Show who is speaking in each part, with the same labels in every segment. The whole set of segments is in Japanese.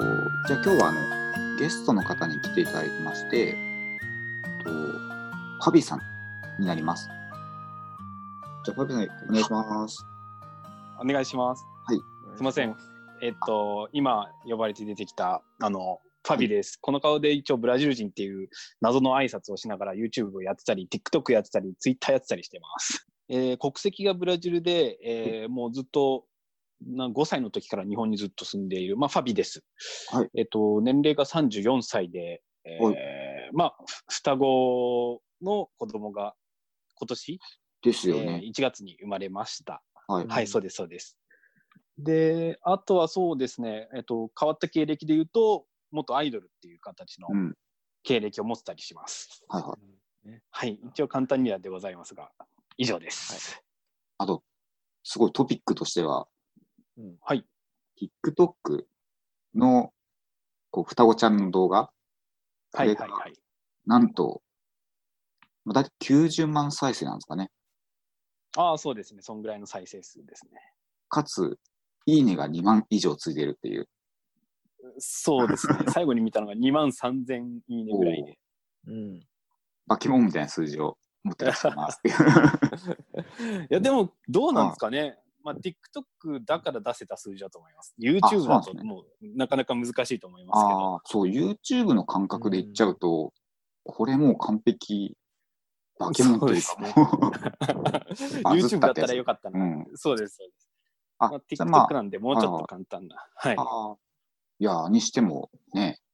Speaker 1: 今日はあのゲストの方に来ていただきまして、えっと、パビさんになります。じゃあ、パビさん、お願いします。
Speaker 2: お願いします。すいません。えっと、今呼ばれて出てきた、あの、ファビです。この顔で一応ブラジル人っていう謎の挨拶をしながら YouTube をやってたり、TikTok やってたり、Twitter やってたりしてます。えー国籍がブラジルで、えーもうずっと、な5歳の時から日本にずっと住んでいる、まあ、ファビです。
Speaker 1: はい
Speaker 2: えっと、年齢が34歳で、えー
Speaker 1: はい
Speaker 2: まあ、ふ双子の子供が今年、
Speaker 1: ですよ
Speaker 2: え
Speaker 1: ね。
Speaker 2: ー1月に生まれました。
Speaker 1: はい。
Speaker 2: はい、そうです、そうです。で、あとはそうですね、えっと、変わった経歴で言うと、元アイドルっていう形の
Speaker 1: うん。
Speaker 2: 経歴を持ってたりします。
Speaker 1: はいはい。
Speaker 2: はい、一応簡単にはでございますが、以上です。
Speaker 1: あと、すごいトピックとしては、
Speaker 2: はい、
Speaker 1: TikTok のこう双子ちゃんの動画、
Speaker 2: はい、
Speaker 1: こ
Speaker 2: は
Speaker 1: れ
Speaker 2: い、
Speaker 1: が
Speaker 2: はい。
Speaker 1: なんと、まあだいたい90万再生なんですかね。
Speaker 2: ああ、そうですね、そんぐらいの再生数ですね。
Speaker 1: かつ、いいねが2万以上ついてるっていう。
Speaker 2: そうです ね、最後に見たのが2万3000いいねぐらいで。
Speaker 3: うん。
Speaker 1: 化け物みたいな数字を持ってらっしゃい ますっていう。
Speaker 2: いや、でも、どうなんですかね。まあ、TikTok だから出せた数字だと思います。YouTube だ
Speaker 1: あそうなんですね
Speaker 2: ともうなかなか難しいと思いますけど。
Speaker 1: ああ、そう、YouTube の感覚で言っちゃうと、これもう完璧、化け物というか、もバズ
Speaker 2: YouTube
Speaker 1: った
Speaker 2: だ
Speaker 1: っ
Speaker 2: ってた
Speaker 1: やつ
Speaker 2: らよかった
Speaker 1: う。う
Speaker 2: な。
Speaker 1: ん。
Speaker 2: そうです、そうです。
Speaker 1: あ、
Speaker 2: まあ、
Speaker 1: じゃあま
Speaker 2: TikTok なんで、もうちょっと簡単な。はい
Speaker 1: あ、。ああいやー、にしてもね、っ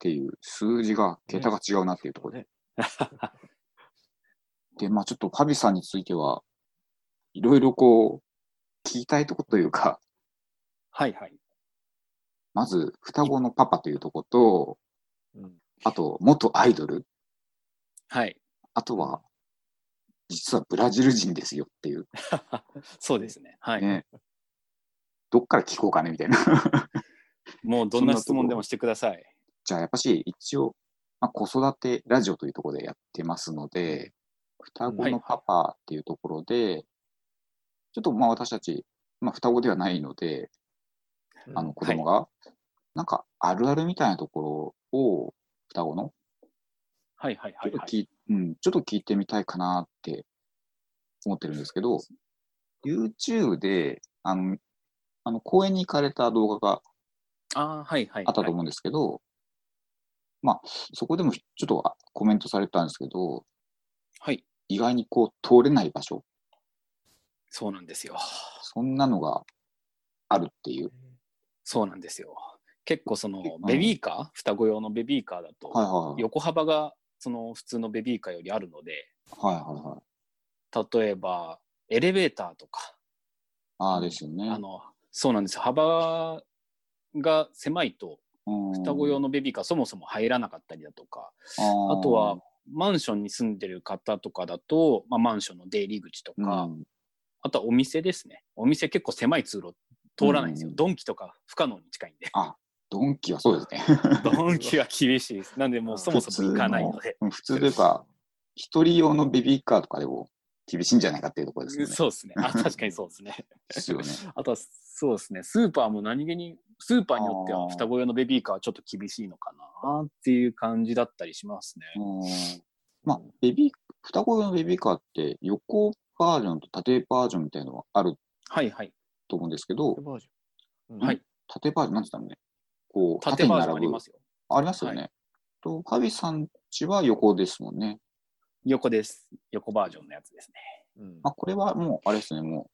Speaker 1: ていう数字が、桁が違うなっていうところで。
Speaker 3: ね。
Speaker 1: で、まあちょっとパビさんについては、いろいろこう、聞きたいとこというか、
Speaker 2: はいはい。
Speaker 1: まず、双子のパパというとこと、
Speaker 3: うん
Speaker 1: あと、元アイドル、
Speaker 2: はい。
Speaker 1: あとは、実はブラジル人ですよっていう、
Speaker 2: そうですね。はい。
Speaker 1: ね、どっから聞こうかねみたいな。
Speaker 2: もうどんな質問でもしてください。
Speaker 1: じゃあ、やっぱし一応、まあ、子育てラジオというところでやってますので、双子のパパっていうところで、ちょっとまあ私たち、まあ、双子ではないので、あの子供が、なんかあるあるみたいなところを、双子の、
Speaker 2: はいはい
Speaker 1: ち
Speaker 2: は
Speaker 1: ょっ
Speaker 2: い、
Speaker 1: と
Speaker 2: は
Speaker 1: き
Speaker 2: い。
Speaker 1: うん、ちょっと聞いてみたいかなって思ってるんですけど、YouTube で、あの、あの公園に行かれた動画が
Speaker 2: ああ、はいはい、はい。
Speaker 1: あったと思うんですけど、まあ、そこでもちょっとあコメントされたんですけど、
Speaker 2: はい。
Speaker 1: 意外にこう通れない場所、
Speaker 2: そうなんですよ。
Speaker 1: そんなのがあるっていう。
Speaker 2: そうなんですよ。結構その
Speaker 1: うん
Speaker 2: ベビーカー、双子用のベビーカーだと、
Speaker 1: はいはいはい。
Speaker 2: 横幅がその普通のベビーカーよりあるので、
Speaker 1: はいはいはい。
Speaker 2: 例えばエレベーターとか、
Speaker 1: ああですよね。
Speaker 2: あの、そうなんですよ。幅が狭いと、双
Speaker 1: 双
Speaker 2: 子用のベビーカーそもそも入らなかったりだとか、
Speaker 1: あ
Speaker 2: あ
Speaker 1: ー
Speaker 2: とは、マンションに住んでる方とかだと、まあ、マンションの出入り口とか、
Speaker 1: うん
Speaker 2: あとはお店ですね。お店結構狭い通路通らないんですよ。
Speaker 1: うん。
Speaker 2: ドンキとか不可能に近いんで
Speaker 1: ドンキはそうですね。
Speaker 2: ドンキは厳しいです。なんでもうそもそも行かないので。
Speaker 1: うん普通というか、一人用のベビーカーとかでも厳しいんじゃないかっていうところですよね。
Speaker 2: そうですね。あ確かにそうですね。
Speaker 1: ですよね。
Speaker 2: あとはそうですね。スーパーも何気に、スーパーによって
Speaker 1: あ
Speaker 2: は
Speaker 1: ー
Speaker 2: 双子用のベビーカーはちょっと厳しいのかなっていう感じだったりしますね。
Speaker 1: うんまあ、ベビー、双子用のベビーカーって横バージョンと縦バージョンみたいなのがある
Speaker 2: はいはい。
Speaker 1: と思うんですけど、
Speaker 3: バージョン。
Speaker 2: はい。
Speaker 1: 縦バージョン、なんて言ったのね。こう、
Speaker 2: 縦バージョ
Speaker 1: 縦
Speaker 2: ンあり
Speaker 1: に並ぶ
Speaker 2: ますよ。
Speaker 1: ありますよね。
Speaker 2: は
Speaker 1: と、ファビさんちは横ですもんね。
Speaker 2: 横です。横バージョンのやつですね。
Speaker 3: うん。
Speaker 1: まあ、これはもう、あれですね、もう、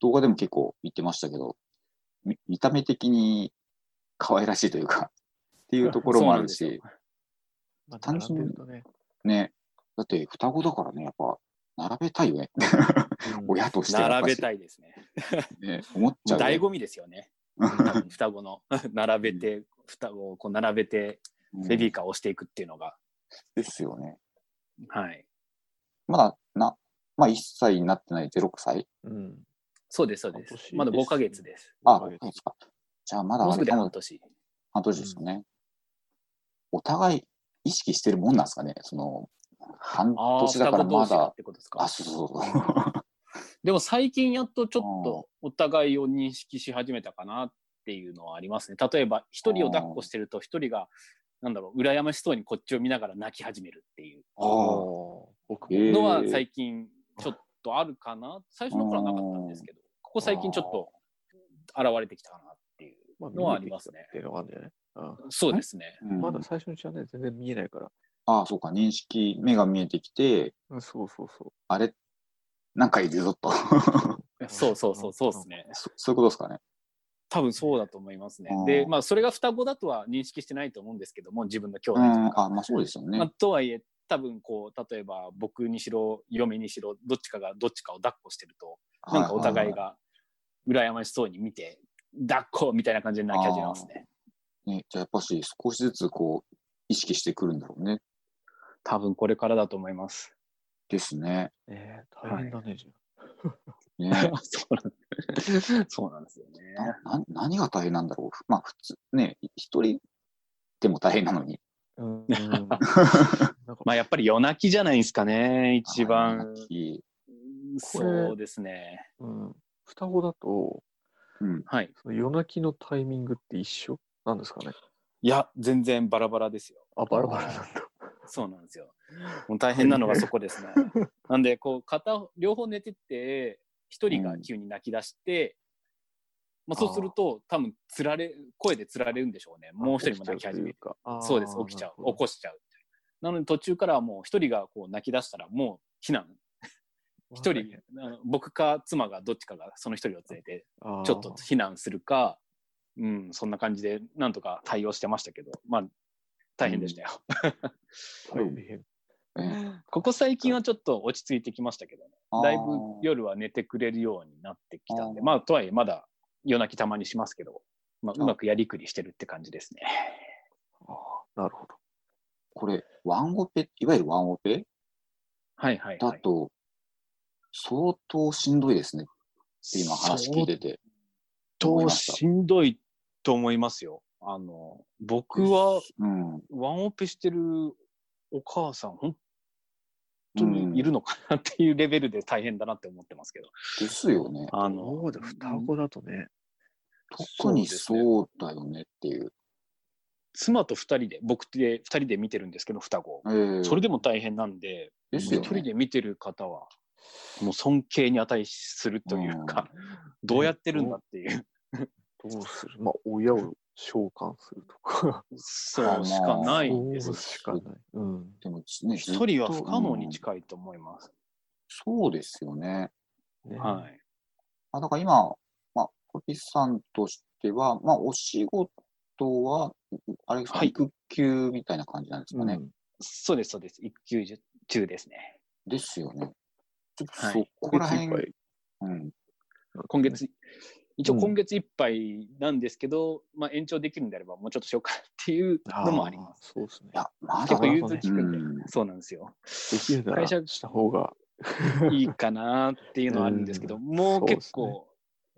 Speaker 1: 動画でも結構言ってましたけど、み見た目的に可愛らしいというか、 っていうところもある
Speaker 2: そうなん
Speaker 1: し
Speaker 2: で、
Speaker 3: まあ、
Speaker 1: 単純に
Speaker 3: 並んでるとね。
Speaker 1: ね。だって、双子だからね、やっぱ、並べたいよね。親としてはやっ
Speaker 2: 並
Speaker 1: ぱ
Speaker 2: べ
Speaker 1: し、
Speaker 2: たいですね。
Speaker 1: ね、思っちゃう、
Speaker 2: 醍醐味ですよね。多分双子の 並べて、双子をこう並べて、ベビー
Speaker 1: ー
Speaker 2: カーを押していくっていうのが、
Speaker 1: ですよね。
Speaker 2: はい。
Speaker 1: まだ、な、まあ、1歳になってない0歳。
Speaker 3: うん。
Speaker 2: そうです、そうです
Speaker 3: 半年です。ね
Speaker 2: まだ5ヶ月です。
Speaker 1: あ、そうですか。じゃあ、まだ
Speaker 2: もう
Speaker 1: あ
Speaker 2: す
Speaker 1: れ
Speaker 2: ぐで
Speaker 1: か
Speaker 2: 半
Speaker 1: も
Speaker 2: 年。
Speaker 1: 半年ですよね。お互い意識してるもんなんですかね、その、半
Speaker 2: ああ、
Speaker 1: 年だ
Speaker 2: 双
Speaker 1: から
Speaker 2: 子同
Speaker 1: ま
Speaker 2: 士だっ
Speaker 1: だ。
Speaker 2: てことですか
Speaker 1: あ、。そうそうそう。
Speaker 2: でも最近やっとちょっとお互いを認識し始めたかなっっていうのはありますね。例えば、一人を抱っこしてると、一人が、なんだろう、羨ましそうにこっちを見ながら泣き始めるっていう
Speaker 1: あー
Speaker 3: 僕
Speaker 1: え
Speaker 3: も
Speaker 1: ー
Speaker 2: のは最近ちょっとあるかな。最初の頃はなかったんですけど、ここ最近ちょっと現れてきたかなっていう
Speaker 3: まあ
Speaker 2: のはありますね
Speaker 3: 見えてきたっていうのがあるんじゃないうん
Speaker 2: そうですね。
Speaker 1: うん
Speaker 3: まだ最初のうちはね、全然見えないから。
Speaker 1: ああ、そうか、認識、目が見えてきて、
Speaker 3: うんそうそうそ
Speaker 1: あれ、なんかいるぞと。
Speaker 3: う。
Speaker 2: そうそうそう、 そうですね。
Speaker 1: そそういうことですかね。
Speaker 2: 多分そうだと思いますね
Speaker 1: あ。ー
Speaker 2: で、まあ、それが双子だとは認識してないと思うんですけども、自分の
Speaker 1: う
Speaker 2: 兄弟と
Speaker 1: ん
Speaker 2: か。、
Speaker 1: あまあそうですよね。
Speaker 2: まあ、とはいえ、多分こう、例えば僕にしろ、嫁にしろ、どっちかがどっちかを抱っこしてると、なんかお互いが羨ましそうに見て、抱っこみたいな感じで泣き始めますね。
Speaker 1: ね、じゃあやっぱし少しずつこう意識してくるんだろうね。
Speaker 2: 多分これからだと思います。
Speaker 1: ですね。
Speaker 3: えー、大変だね、じゃ
Speaker 1: ね
Speaker 2: そうなんそうなんですよね。
Speaker 1: なな何が大変なんだろう。まあ普通ね、一人でも大変なのに。
Speaker 3: あ。 うん。なんか
Speaker 2: まあやっぱり夜泣きじゃないですかね、一
Speaker 1: あ
Speaker 2: 番
Speaker 1: の。時
Speaker 2: そうですね。
Speaker 3: うん、双子だと、
Speaker 1: うん。
Speaker 2: はい。
Speaker 3: その夜泣きのタイミングって一緒なんですかね
Speaker 2: いや、全然バラバラですよ。
Speaker 3: あ、バラバラなんだ。
Speaker 2: そうなんですよ。もう大変なのがそこですね。 なんで、こう、片、両方寝てて、一人が急に泣き出して、まあそうすると、多分、つられ、声でつられるんでしょうね。もう一人も泣き始める。
Speaker 3: か。あー
Speaker 2: そうです、起きちゃう。起
Speaker 3: なる
Speaker 2: こしちゃう。なので、途中からはもう一人がこう泣き出したら、もう避難。
Speaker 3: ほ
Speaker 2: 一
Speaker 3: ど
Speaker 2: 人、あの僕か妻がどっちかがその一人を連れて、
Speaker 3: あー
Speaker 2: ちょっと避難するか、うん、そんな感じで、なんとか対応してましたけど、まあ、大変でしたよ。
Speaker 3: 大変。
Speaker 1: ね
Speaker 2: ここ最近はちょっと落ち着いてきましたけどね。
Speaker 1: あー
Speaker 2: だいぶ夜は寝てくれるようになってきたんで、
Speaker 1: あー
Speaker 2: まあ、とはいえまだ夜泣きたまにしますけど、まあ、
Speaker 1: あ
Speaker 2: うまくやりくりしてるって感じですね。
Speaker 3: あーなるほど。
Speaker 1: これ、ワンオペ、いわゆるワンオペ
Speaker 2: はいはい、は
Speaker 1: だ
Speaker 2: い。
Speaker 1: と、相当しんどいですねって今話聞いてて。思い
Speaker 2: 相当
Speaker 1: ました
Speaker 2: しんどいと思いますよ。あの、僕は
Speaker 1: うん。
Speaker 2: ワンオペしてるお母さん、本当にいるのかなっていうレベルで大変だなって思ってますけど。
Speaker 1: ですよね。
Speaker 2: あの、
Speaker 3: そうだ、双子だとね。
Speaker 1: 特にそうだよねっていう。
Speaker 2: 妻と二人で、僕で二人で見てるんですけど、双子を。
Speaker 1: えー
Speaker 2: それでも大変なんで、
Speaker 1: ですよ
Speaker 2: 一
Speaker 1: ね。
Speaker 2: 人で見てる方は、もう尊敬に値するというか、どうやってるんだっていう。
Speaker 3: どうするまあ、親を召喚するとか。
Speaker 2: そうしか ないんです
Speaker 3: そう。しかない。うん。
Speaker 1: でもね、ずっ
Speaker 2: 一
Speaker 1: と
Speaker 2: 人は不可能に
Speaker 1: うん
Speaker 2: 近いと思います。
Speaker 1: そうですよね。
Speaker 3: ね
Speaker 2: はい。
Speaker 1: あ、だから今、まあ、コピさんとしては、まあ、お仕事は、ううあれですか、
Speaker 2: はい
Speaker 1: 育休みたいな感じなんですかね。
Speaker 3: うん
Speaker 2: そうです、そうです。育休中ですね。
Speaker 1: ですよね。ちょっと
Speaker 2: はい
Speaker 1: そこら辺、
Speaker 3: いっぱい
Speaker 1: うん、
Speaker 2: 今月、一応
Speaker 3: うん
Speaker 2: 今月いっぱいなんですけど、まあ延長できるんであればもうちょっとしようかなっていうのもあります。
Speaker 3: す。そうですね
Speaker 1: い。や、ま
Speaker 2: 結
Speaker 1: だ
Speaker 2: 構融通
Speaker 3: ね
Speaker 2: きくんで、
Speaker 1: うん
Speaker 2: そうなんですよ。
Speaker 3: できるなら
Speaker 2: 会社
Speaker 3: した方が。
Speaker 2: いいかなっていうのはあるんですけど、
Speaker 3: う
Speaker 2: もう結
Speaker 3: そう
Speaker 2: 構、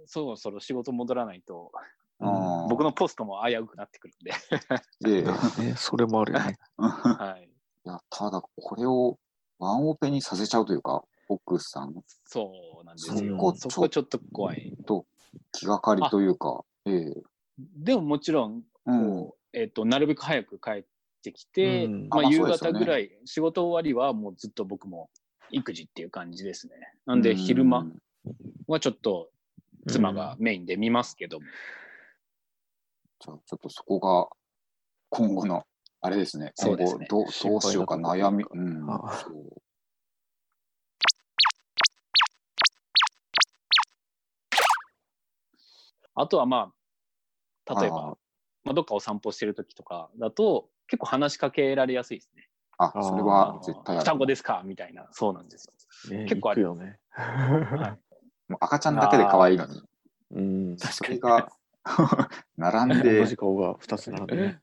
Speaker 2: そろそろ仕事戻らないと、
Speaker 1: あー
Speaker 2: 僕のポストも危うくなってくるんで、
Speaker 1: で、
Speaker 3: ね、それもあるよね。
Speaker 2: はい。
Speaker 1: いや、ただ、これをワンオペにさせちゃうというか、奥さん
Speaker 2: そうなんです
Speaker 3: そ
Speaker 2: よ。
Speaker 1: こ
Speaker 2: そこちょっと怖い。
Speaker 1: と気がかりというか、ええ
Speaker 2: でももちろん、
Speaker 1: うん、
Speaker 2: こうえっと、なるべく早く帰ってきて、
Speaker 3: うん
Speaker 2: ま
Speaker 1: あ
Speaker 2: あ、
Speaker 1: まあ
Speaker 2: 夕
Speaker 1: そうです
Speaker 2: 方
Speaker 1: よね
Speaker 2: ぐらい、仕事終わりはもうずっと僕も育児っていう感じですね。なんで、
Speaker 1: うん
Speaker 2: 昼間はちょっと妻がメインで見ますけども、
Speaker 1: じゃあちょっとそこが今後の、あれですね、
Speaker 2: そ
Speaker 1: 今
Speaker 2: うです
Speaker 1: 後
Speaker 2: ね
Speaker 1: どうどうしようか
Speaker 3: 心配
Speaker 1: 悩
Speaker 3: な
Speaker 1: み
Speaker 3: と、こ
Speaker 1: うん
Speaker 3: ああ
Speaker 1: そう
Speaker 2: あとはまあ、例え
Speaker 1: あ
Speaker 2: ば、まあ、どっかお散歩してる時とかだと、結構話しかけられやすいですね。
Speaker 1: あ、
Speaker 3: あー
Speaker 1: それ
Speaker 2: あ
Speaker 1: は
Speaker 2: の
Speaker 1: 絶対ある。
Speaker 2: 双子ですかみたいな。そうなんですよ。
Speaker 3: ね
Speaker 2: 結構あ
Speaker 3: 行く
Speaker 2: る
Speaker 3: よね。
Speaker 1: もう赤ちゃんだけで可愛いのに、
Speaker 3: うん。
Speaker 1: そ
Speaker 2: 確か
Speaker 1: れ
Speaker 2: に。
Speaker 1: が 並 ん
Speaker 3: 同
Speaker 1: で、
Speaker 3: じ顔が2つ並んでね。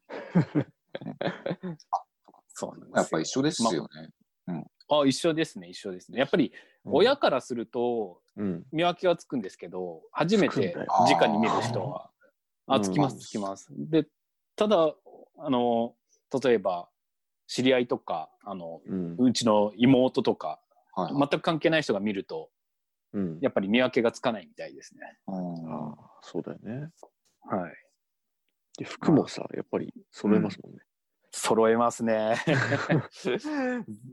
Speaker 2: そうなんですよ
Speaker 1: やっぱ一緒ですよね。
Speaker 2: あ、一緒ですね、一緒ですね。やっぱり、親からすると、
Speaker 3: うん。
Speaker 2: 見分けはつくんですけど、初めて
Speaker 1: つくんだよ
Speaker 2: 直に見る人は、
Speaker 3: あー
Speaker 2: あ、つきます、
Speaker 1: うん
Speaker 2: つきます。で、ただ、あの、例えば、知り合いとか、あの、
Speaker 3: うん。
Speaker 2: うちの妹とか、
Speaker 1: はい
Speaker 2: 全く関係ない人が見ると、
Speaker 3: うん。
Speaker 2: やっぱり見分けがつかないみたいですね。
Speaker 1: うん
Speaker 3: ああ、そうだよね。
Speaker 2: はい。
Speaker 3: で服もさ、やっぱり揃えますもんね。
Speaker 2: 揃えます ね。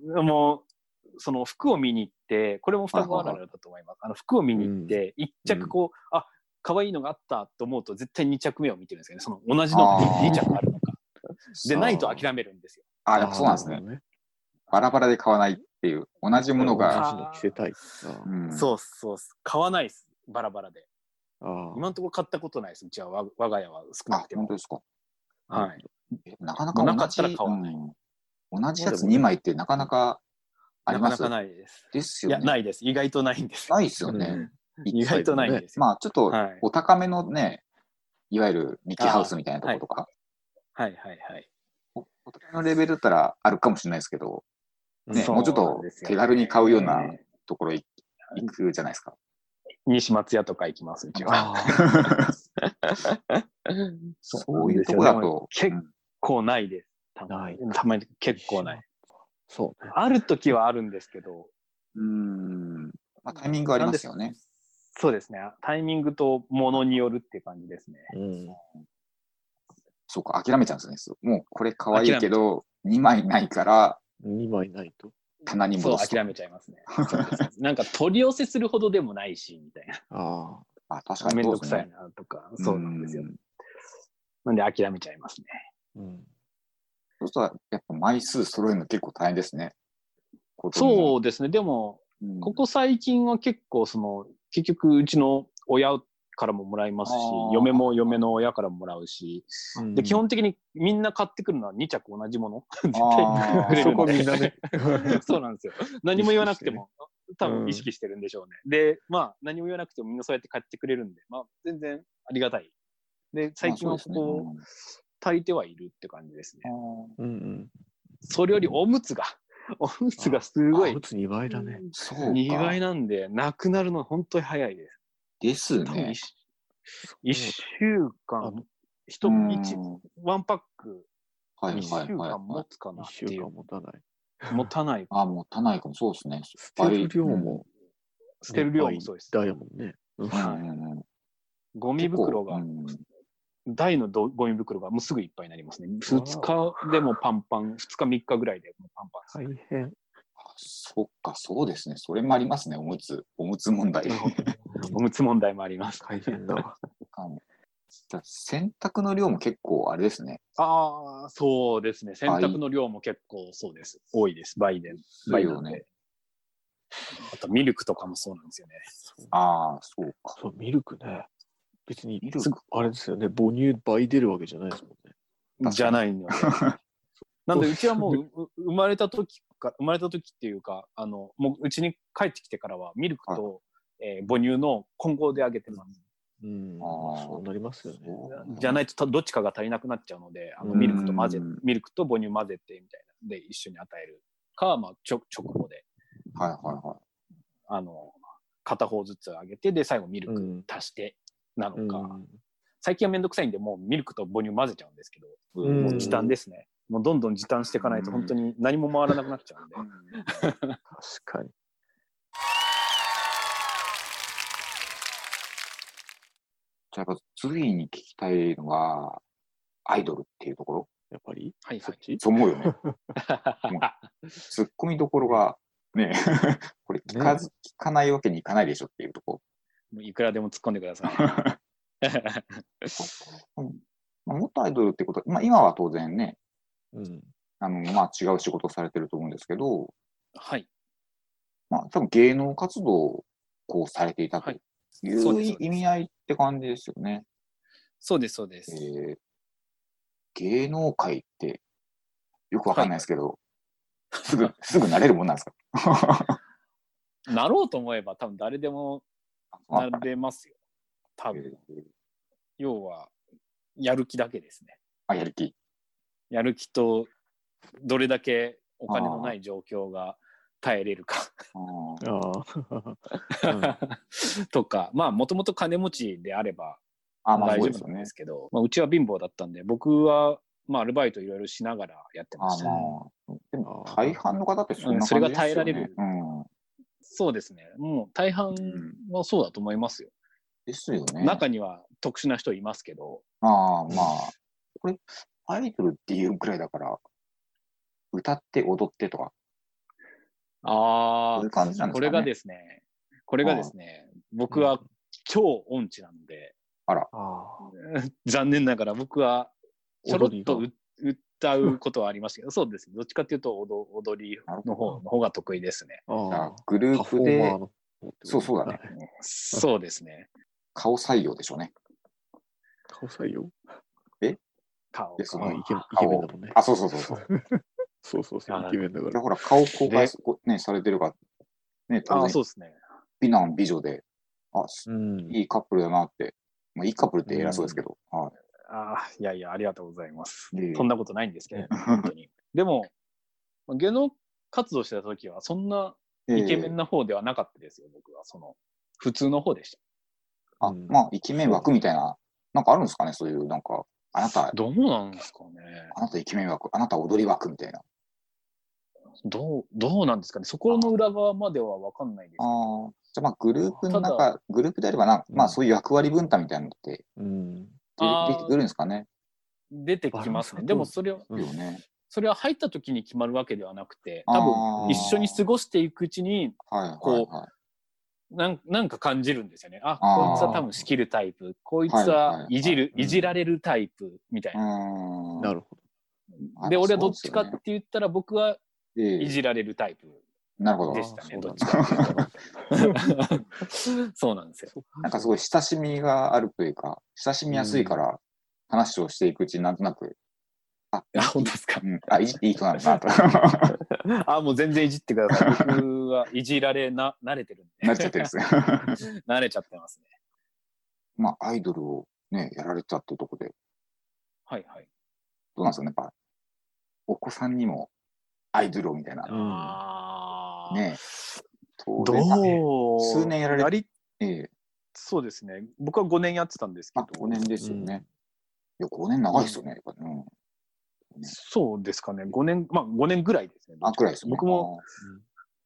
Speaker 2: もう、その服を見に行って、これも双子あるあるだと思います。あの服を見に行って、一着こう、あ可愛いのがあったと思うと、絶対二着目を見てるんですよね。その同じのが
Speaker 1: あー
Speaker 2: 2着ある のか。で、
Speaker 1: そう
Speaker 2: ないと諦めるんですよ。
Speaker 1: あ、やっぱそうなんです
Speaker 3: あ
Speaker 1: ね
Speaker 3: ー。るほど
Speaker 1: バラバラで買わないっていう、同じものが、
Speaker 2: あ
Speaker 3: 同じの着せたい。あ
Speaker 1: うん
Speaker 2: そうっすそうっす。買わないっす。バラバラで。
Speaker 3: ーあー。
Speaker 2: 今のところ買ったことないです。うちは我我が家は少な
Speaker 1: あ
Speaker 2: く、て
Speaker 1: 本
Speaker 2: も
Speaker 1: 当。ですか。
Speaker 2: はい。
Speaker 1: えなかなか
Speaker 2: なか
Speaker 1: 同
Speaker 2: ったら
Speaker 1: じ、
Speaker 2: 買わない
Speaker 1: うん同じやつ2枚ってなかなかあり
Speaker 2: なか
Speaker 1: ま
Speaker 2: な
Speaker 1: す
Speaker 2: かないです。
Speaker 1: です
Speaker 2: い
Speaker 1: よ
Speaker 2: や、
Speaker 1: ね。
Speaker 2: ないです。意外とないんです。
Speaker 1: ないですよね。
Speaker 2: 意外とないんですよ。
Speaker 1: まあちょっと
Speaker 2: はい。
Speaker 1: お高めのね、いわゆるミッキーハウスみたいなところとか、
Speaker 2: はいはいはい。
Speaker 1: おお高めのレベルだったらあるかもしれないですけど、ね
Speaker 2: そう
Speaker 1: もうちょっ
Speaker 2: なん
Speaker 1: と
Speaker 2: ですよね
Speaker 1: 手軽に買うようなところい行くじゃないですか。
Speaker 2: 西松屋とか行きます、うちは。
Speaker 3: あ
Speaker 1: そういうとこだ
Speaker 2: でも
Speaker 1: と、
Speaker 2: 結
Speaker 1: うん
Speaker 2: 構ないです。たま
Speaker 3: ない
Speaker 2: に。たまに結構ない。
Speaker 3: ーそうね。
Speaker 2: ある時はあるんですけど。
Speaker 1: うん、まあ、タイミングありますよ
Speaker 2: なん
Speaker 1: ね
Speaker 2: で。。そうですね。タイミングとものによるって感じですね。
Speaker 3: うん。
Speaker 1: そうか、諦めちゃうんですね。もうこれ可愛いけど、2枚ないから
Speaker 3: 2枚ないと。
Speaker 1: 棚に
Speaker 2: そう、
Speaker 1: 戻すと。
Speaker 2: 諦めちゃいます ね。そうですそうですなんか取り寄せするほどでもないし、みたい
Speaker 3: あ
Speaker 1: あ、確か
Speaker 2: な。
Speaker 1: に
Speaker 2: めん
Speaker 1: そうで
Speaker 2: どく
Speaker 1: すね
Speaker 2: さいなとか、そうなんですよ
Speaker 1: う。ん
Speaker 2: なんで諦めちゃいますね。
Speaker 3: あ。うん。
Speaker 1: そうすると、やっぱ枚数揃えるの結構大変ですね。
Speaker 2: そうですね。でも、
Speaker 1: うん、
Speaker 2: ここ最近は結構その結局うちの親からももらいますし
Speaker 1: あー
Speaker 2: 嫁も嫁の親からももらうしで基本的にみんな買ってくるのは2着同じもの絶対
Speaker 1: あー
Speaker 2: 触れるん
Speaker 3: そこみ
Speaker 2: で
Speaker 3: んなね
Speaker 2: そうなんですよ何も言わなくても多
Speaker 3: う
Speaker 2: 分
Speaker 3: ん
Speaker 2: 意識してるんでしょうね、でまあ何も言わなくてもみんなそうやって買ってくれるんでまあ全然ありがたいで最近はここを炊いてはいるって感じですね
Speaker 1: まあそう
Speaker 3: うんうん。
Speaker 2: それよりおむつが おむつがすご
Speaker 3: あ
Speaker 2: い
Speaker 3: 打つ2倍だね。
Speaker 1: ですねうんそうか。
Speaker 2: 2倍なんでなくなるの本当に早いです
Speaker 1: です
Speaker 2: 多分
Speaker 1: ね
Speaker 2: 一。週一週
Speaker 3: あ
Speaker 2: 間、
Speaker 1: う
Speaker 2: 一
Speaker 1: ん
Speaker 2: 一ワンパック
Speaker 1: はい
Speaker 2: 2
Speaker 1: はいはい
Speaker 2: 週間
Speaker 1: は
Speaker 2: 持
Speaker 1: い。
Speaker 2: つかな
Speaker 3: 1
Speaker 2: って
Speaker 3: 週
Speaker 2: い
Speaker 3: 間
Speaker 2: う、
Speaker 3: 持たない。
Speaker 2: 持たない、
Speaker 1: あ、もう足ないかも、そうですね。
Speaker 3: 捨てる量も。
Speaker 2: 捨てる量もそうです。
Speaker 3: だやもんね。うん
Speaker 1: うん
Speaker 2: はい
Speaker 1: うんうん
Speaker 2: ゴミ袋が、
Speaker 1: 結構うん
Speaker 2: 大のどゴミ袋がもうすぐいっぱいになりますね。2日でもパンパン、2日3日ぐらいでもうパンパン
Speaker 3: 大変。
Speaker 1: あそっか、そうですね。それもありますね、おむつ。おむつ問題。
Speaker 2: です。おむつ問題もあります。
Speaker 3: 大変だわ。
Speaker 1: あのじゃあ洗濯の量も結構あれですね。
Speaker 2: ああ、そうですね。洗濯の量も結構そうです。多いです。倍で。倍なんで。
Speaker 1: ね。
Speaker 2: あとミルクとかもそうなんですよね。
Speaker 1: ああ、そうか。
Speaker 3: そう、ミルクね。別に
Speaker 1: ミルク
Speaker 3: すぐ、あれですよね。母乳倍出るわけじゃないですもんね。
Speaker 1: かに
Speaker 2: じゃない ので。なんで、うちはもううう生まれた時か、生まれた時っていうか、あの、もううちに帰ってきてからは、ミルクと、えー母乳の混合であげてます。
Speaker 3: うん。
Speaker 1: あー
Speaker 3: まあそうなりますよね。
Speaker 2: じゃないとた、どっちかが足りなくなっちゃうので、あの
Speaker 3: うん
Speaker 2: ミルクと混ぜ
Speaker 1: うん、
Speaker 2: ミルクと母乳混ぜてみたいな。で、一緒に与えるか、まあ、ちょ直後で、
Speaker 1: はいはいはい。
Speaker 2: あの、片方ずつあげて、で、最後ミル
Speaker 3: う
Speaker 2: ク
Speaker 3: ん。
Speaker 2: 足してなのか。
Speaker 3: うん
Speaker 2: 最近はめんどくさいんで、もうミルクと母乳混ぜちゃうんですけど、
Speaker 3: うん
Speaker 2: もう時短ですね。もうどんどん時短していかないと、本当に何も回らなくなっちゃ うんで。
Speaker 3: 確かに。
Speaker 1: じゃあ、次に聞きたいのは、アイドルっていうところ
Speaker 3: やっぱり、
Speaker 2: はい
Speaker 3: そっち
Speaker 1: そう思うよね。ツッコミどころが、ね これ聞かず、聞かないわけにいかないでしょっていうとこ
Speaker 2: もういくらでも突っ込んでくださ
Speaker 1: ろ。まあ元アイドルってことは、まあ、今は当然ね、
Speaker 3: うん。
Speaker 1: あのまあ、違う仕事されてると思うんですけど、
Speaker 2: い。はい。
Speaker 1: まあ、多分芸能活動をこうされていたと
Speaker 2: はい
Speaker 1: い
Speaker 2: そう
Speaker 1: う
Speaker 2: ですそうです
Speaker 1: 意味合いって感じですよね。
Speaker 2: そうです、そうで
Speaker 1: え
Speaker 2: す。
Speaker 1: ー芸能界ってよくわかんないですけど、す ぐ、すぐ慣れるもんなんですか
Speaker 2: なろうと思えば多分誰でも なれますよ。多
Speaker 1: え
Speaker 2: 分。
Speaker 1: ー
Speaker 2: 要は、やる気だけですね。
Speaker 1: あ、やる気。
Speaker 2: やる気と、どれだけお金のない状況が耐えれるか。
Speaker 1: あー
Speaker 3: ああ。うん
Speaker 2: とか、まあ、もともと金持ちであれば
Speaker 1: あ、まあ
Speaker 2: 大
Speaker 1: そ
Speaker 2: 丈
Speaker 1: うです
Speaker 2: 夫
Speaker 1: よ
Speaker 2: なん
Speaker 1: ね
Speaker 2: で。すけど、まあ、うちは貧乏だったんで、僕は、まあ、アルバイトいろいろしながらやってま
Speaker 1: あ
Speaker 2: したね。
Speaker 1: まあ、でも
Speaker 3: あー
Speaker 1: 大半の方ってそんな感じですよ、ね
Speaker 2: うんそれが耐えられる
Speaker 1: うん。
Speaker 2: そうですね。もう大半はそうだと思いますよ。
Speaker 1: ですよね。
Speaker 2: 中には特殊な人いますけど、
Speaker 1: ああ、まあ、これ、アイドルっていうくらいだから、歌って踊ってとか、
Speaker 2: あ
Speaker 1: そういう感じなんですかね
Speaker 2: これがですね、これがですね、僕は超音痴なので、
Speaker 3: ああ。
Speaker 2: 残念ながら僕はちょろっと
Speaker 3: 踊
Speaker 2: う歌うことはありますけど、そうですね、どっちかっていうと踊踊りの方の方が得意ですね。
Speaker 1: じゃあ
Speaker 3: あ
Speaker 1: グル
Speaker 3: あ。
Speaker 1: ー
Speaker 3: パフ
Speaker 1: プ
Speaker 3: ォー
Speaker 1: で
Speaker 3: マーの。
Speaker 1: そうそうだね。
Speaker 2: そうですね。
Speaker 1: 顔採用でしょうね。
Speaker 3: 顔採用
Speaker 2: 顔
Speaker 1: いやそ
Speaker 3: あ
Speaker 1: の
Speaker 3: イケイケメンだもんね。
Speaker 1: あ、そうそうそうそう。
Speaker 3: そうそうそ
Speaker 2: あ
Speaker 3: う。
Speaker 2: ー
Speaker 3: イケメンだか
Speaker 1: で
Speaker 3: ら。
Speaker 1: ほら、顔公開す、こね、されてるから、ね、
Speaker 2: あ
Speaker 1: 当
Speaker 2: あ、そ
Speaker 1: 然
Speaker 2: うですね。
Speaker 1: 美男美女で、あ、す
Speaker 3: うん。
Speaker 1: いいカップルだなって、まあ、いいカップルって偉そうですけど、はい
Speaker 2: ああ、いやいや、ありがとうございます。
Speaker 1: いえいえ
Speaker 2: そんなことないんですけど、本当に。でも、芸能活動してた時は、そんなイケメン
Speaker 1: ええ
Speaker 2: な方ではなかったですよ、僕は。その、普通の方でした。
Speaker 1: あ、
Speaker 3: うん
Speaker 1: まあ、イケメン枠みたいな、なんかあるんですかね、そういう、なんか、あなた、
Speaker 2: どうなんですかね。
Speaker 1: あなたイケメン枠、あなた踊り枠みたいな。
Speaker 2: どう、どうなんですかね。そこの裏側まではわかんないですけ
Speaker 1: あ
Speaker 2: ど。
Speaker 1: あ、じゃあまあ、グループの
Speaker 2: た
Speaker 1: 中、グループであればな、まあ、そういう役割分担みたいなのって
Speaker 3: うん。
Speaker 1: 出
Speaker 2: あー
Speaker 1: て出てくるんですかね。
Speaker 2: 出てきますね。
Speaker 3: バ
Speaker 2: で
Speaker 3: ラン
Speaker 2: も
Speaker 3: ス
Speaker 2: それは、
Speaker 3: う
Speaker 1: いいよ
Speaker 3: ん
Speaker 1: ね。
Speaker 2: それは入った時に決まるわけではなくて、
Speaker 1: あー
Speaker 2: 多分一緒に過ごしていくうちに、
Speaker 1: はい、はい、
Speaker 2: こう
Speaker 1: はい。
Speaker 2: なんなんか感じるんですよね。あ、
Speaker 1: あ
Speaker 3: ー
Speaker 2: こいつは多分仕切るタイプ、こいつ
Speaker 1: はいはいは
Speaker 2: はいいじる、
Speaker 3: うん
Speaker 2: いじられるタイプみたいうな。
Speaker 1: ーん。
Speaker 3: なるほ
Speaker 1: あ
Speaker 2: で、
Speaker 1: まあ
Speaker 2: 俺はどっちか
Speaker 1: そう
Speaker 2: っ
Speaker 1: です
Speaker 2: て
Speaker 1: よね
Speaker 2: 言ったら、僕はい
Speaker 1: ええ
Speaker 2: じられるタイプ
Speaker 1: なるほど
Speaker 2: で。したね。
Speaker 3: あー
Speaker 2: どっちかっていうとそうなんですよ。
Speaker 3: ど。
Speaker 1: なんかすごい親しみがあるというか、親しみやすいから、話をしていくうちになんとなく、
Speaker 2: あ、本当ですか
Speaker 1: う。ん、あ、いじっていい人なんだな と、
Speaker 2: あ、もう全然いじってください。 僕はいじられな、慣れてるんで。
Speaker 1: なっちゃってるんですよ。
Speaker 2: 慣れちゃってますね。
Speaker 1: まあ、アイドルをね、やられてたっていうところで、
Speaker 2: はいはい。
Speaker 1: どうなんですかね、やっぱ、お子さんにもアイドルをみたいな、
Speaker 3: うん。
Speaker 2: あー
Speaker 1: ね、当
Speaker 2: ど
Speaker 1: 然
Speaker 2: う
Speaker 1: 数年やられ
Speaker 2: り
Speaker 1: ええ
Speaker 2: そうですね。僕は5年やってたんですけ
Speaker 1: ま
Speaker 2: ど
Speaker 1: あ、。5年ですよね。いや、5年長いですよね、やっぱり。うん。
Speaker 2: そうですかね。5年、まあ5年ぐらいですね。
Speaker 1: あ、くらいですよね。
Speaker 2: 僕も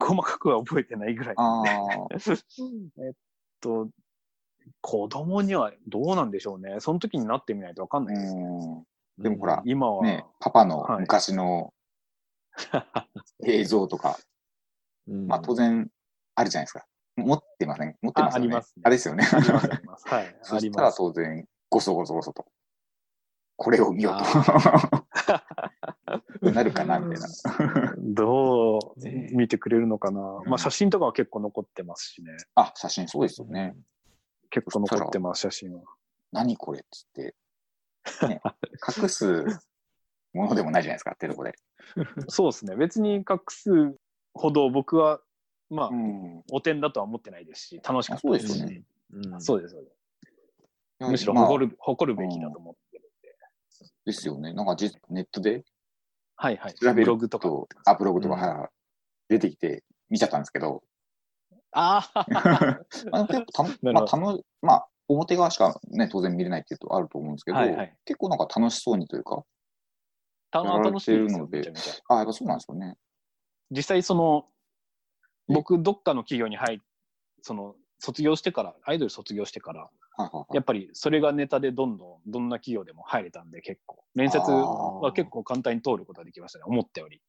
Speaker 2: 細かくは覚えてないぐ らい。
Speaker 1: あー。あー
Speaker 2: えっと、子供にはどうなんでしょうね。その時になってみないとわかんないです。
Speaker 1: う ん。でもほら
Speaker 2: 今は、
Speaker 1: ね、パパの
Speaker 2: はい
Speaker 1: 昔 の映像とか、
Speaker 3: うん、
Speaker 1: まあ当然あるじゃないですか。持ってません持ってますよね。
Speaker 2: あありますね
Speaker 1: あれですよね。
Speaker 2: ありますあります。はい。
Speaker 1: そ
Speaker 2: あ
Speaker 1: し
Speaker 2: り
Speaker 1: たら
Speaker 2: ます。
Speaker 1: 当然、ごそごそごそと。これを見よう と。なるかなみたいな。
Speaker 2: どう
Speaker 3: ね
Speaker 2: 見てくれるのかな。
Speaker 1: ん
Speaker 2: まあ写真とかは結構残ってますしね。
Speaker 1: あ、写真そうですよね。
Speaker 2: 結構残ってます、写真は。
Speaker 1: 何これっつって、ね、隠すものでもないじゃないですかってとこで。
Speaker 2: そうですね。別に隠すほど僕は、まあ、
Speaker 1: ん。
Speaker 2: お点だとは思ってないですし、楽しかった
Speaker 1: そう
Speaker 2: で
Speaker 1: ですす
Speaker 2: し
Speaker 1: よね。
Speaker 3: うん。
Speaker 2: そうです、そうです。むしろ誇る,、誇るべきだと思ってる。
Speaker 1: まあですよね。なんかじネットで
Speaker 2: はいはい。
Speaker 1: 調べると
Speaker 2: ブログとか。
Speaker 1: アップログとか、
Speaker 3: うん
Speaker 1: はいはい出てきて見ちゃったんですけど、
Speaker 2: ああ、
Speaker 1: まあ、結構たま
Speaker 2: なるほど
Speaker 1: あ、たのまあ、表側しかね、当然見れないっていうとあると思うんですけど、
Speaker 2: はいはい
Speaker 1: 結構なんか楽しそうにというか、
Speaker 2: た
Speaker 1: やられ
Speaker 2: 楽しい
Speaker 1: て
Speaker 2: で
Speaker 1: る
Speaker 2: すよ
Speaker 1: ので
Speaker 2: めちゃめちゃ
Speaker 1: あ、やっぱそうなんですよね。
Speaker 2: 実際、その、
Speaker 1: うん
Speaker 2: 僕、どっかの企業に入っその、卒業してから、アイドル卒業してから、
Speaker 1: はいはい
Speaker 2: や
Speaker 1: はい。
Speaker 2: っぱりそれがネタでどんどん、どんな企業でも入れたんで、結構。面接は結構簡単に通ることができましたね、思ったより。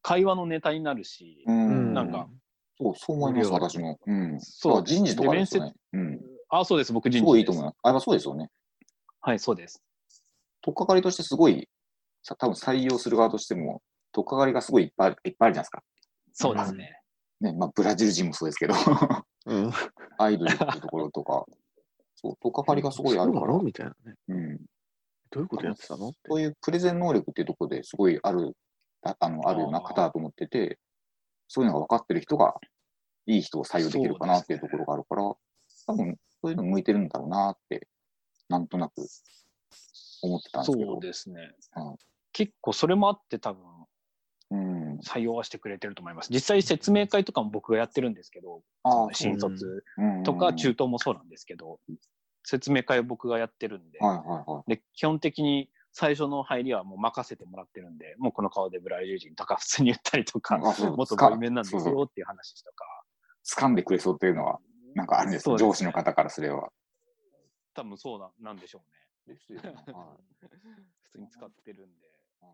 Speaker 2: 会話のネタになるし、
Speaker 1: うん
Speaker 2: なんか、
Speaker 1: そう、そう思います、
Speaker 2: 無料
Speaker 1: 私も。うん。
Speaker 2: そう
Speaker 1: だから人事とかですよね。うん。
Speaker 2: あ、そうです、僕人
Speaker 1: す
Speaker 2: 事
Speaker 1: ごいいいと思い
Speaker 2: ま
Speaker 1: ま
Speaker 2: す。
Speaker 1: す。あ、やっぱそうですよね。
Speaker 2: はい、そうです。
Speaker 1: とっかかりとしてすごい、さ多分採用する側としても、とっかかりがすごいいっぱいあるいっぱいあるじゃないですか。
Speaker 2: そうですね。
Speaker 1: ね、まあ、ブラジル人もそうですけど、
Speaker 3: うん。
Speaker 1: アイドルっていうところとか、そう、とっかかりがすごいあるか
Speaker 3: そう
Speaker 1: ら
Speaker 3: な。のみたいなね。
Speaker 1: うん。
Speaker 3: どういうことやってたのって
Speaker 1: そういうプレゼン能力っていうところですごいある、ああのあるような方だと思ってて、そういうのが分かってる人が、いい人を採用できるかなっていうところがあるから、多分そういうの向いてるんだろうなって、なんとなく思ってたんですけど。
Speaker 2: そうですね、
Speaker 1: うん
Speaker 2: 結構それもあって多分
Speaker 1: うん。
Speaker 2: 採用はしてくれてると思います実際説明会とかも僕がやってるんですけど
Speaker 1: ああ、
Speaker 2: 新卒
Speaker 1: うん
Speaker 2: とか中東もそうなんですけど、説明会を僕がやってるんで,、
Speaker 1: はいはいはい。
Speaker 2: で基本的に最初の入りはもう任せてもらってるんでもうこの顔でブラジル人とか普通に言ったりとか、
Speaker 1: あそう
Speaker 2: もっと
Speaker 1: つか
Speaker 2: ボイメンなんです
Speaker 1: そうそう
Speaker 2: よっていう話とか
Speaker 1: 掴んでくれそうっていうのは、なんかあるんです
Speaker 2: そ
Speaker 1: よ
Speaker 2: うですね
Speaker 1: 上 司の方からすれば。
Speaker 2: 多分そうななんでしょうね。
Speaker 1: ですよね。はい。
Speaker 2: 普通に使ってるんで。
Speaker 1: はい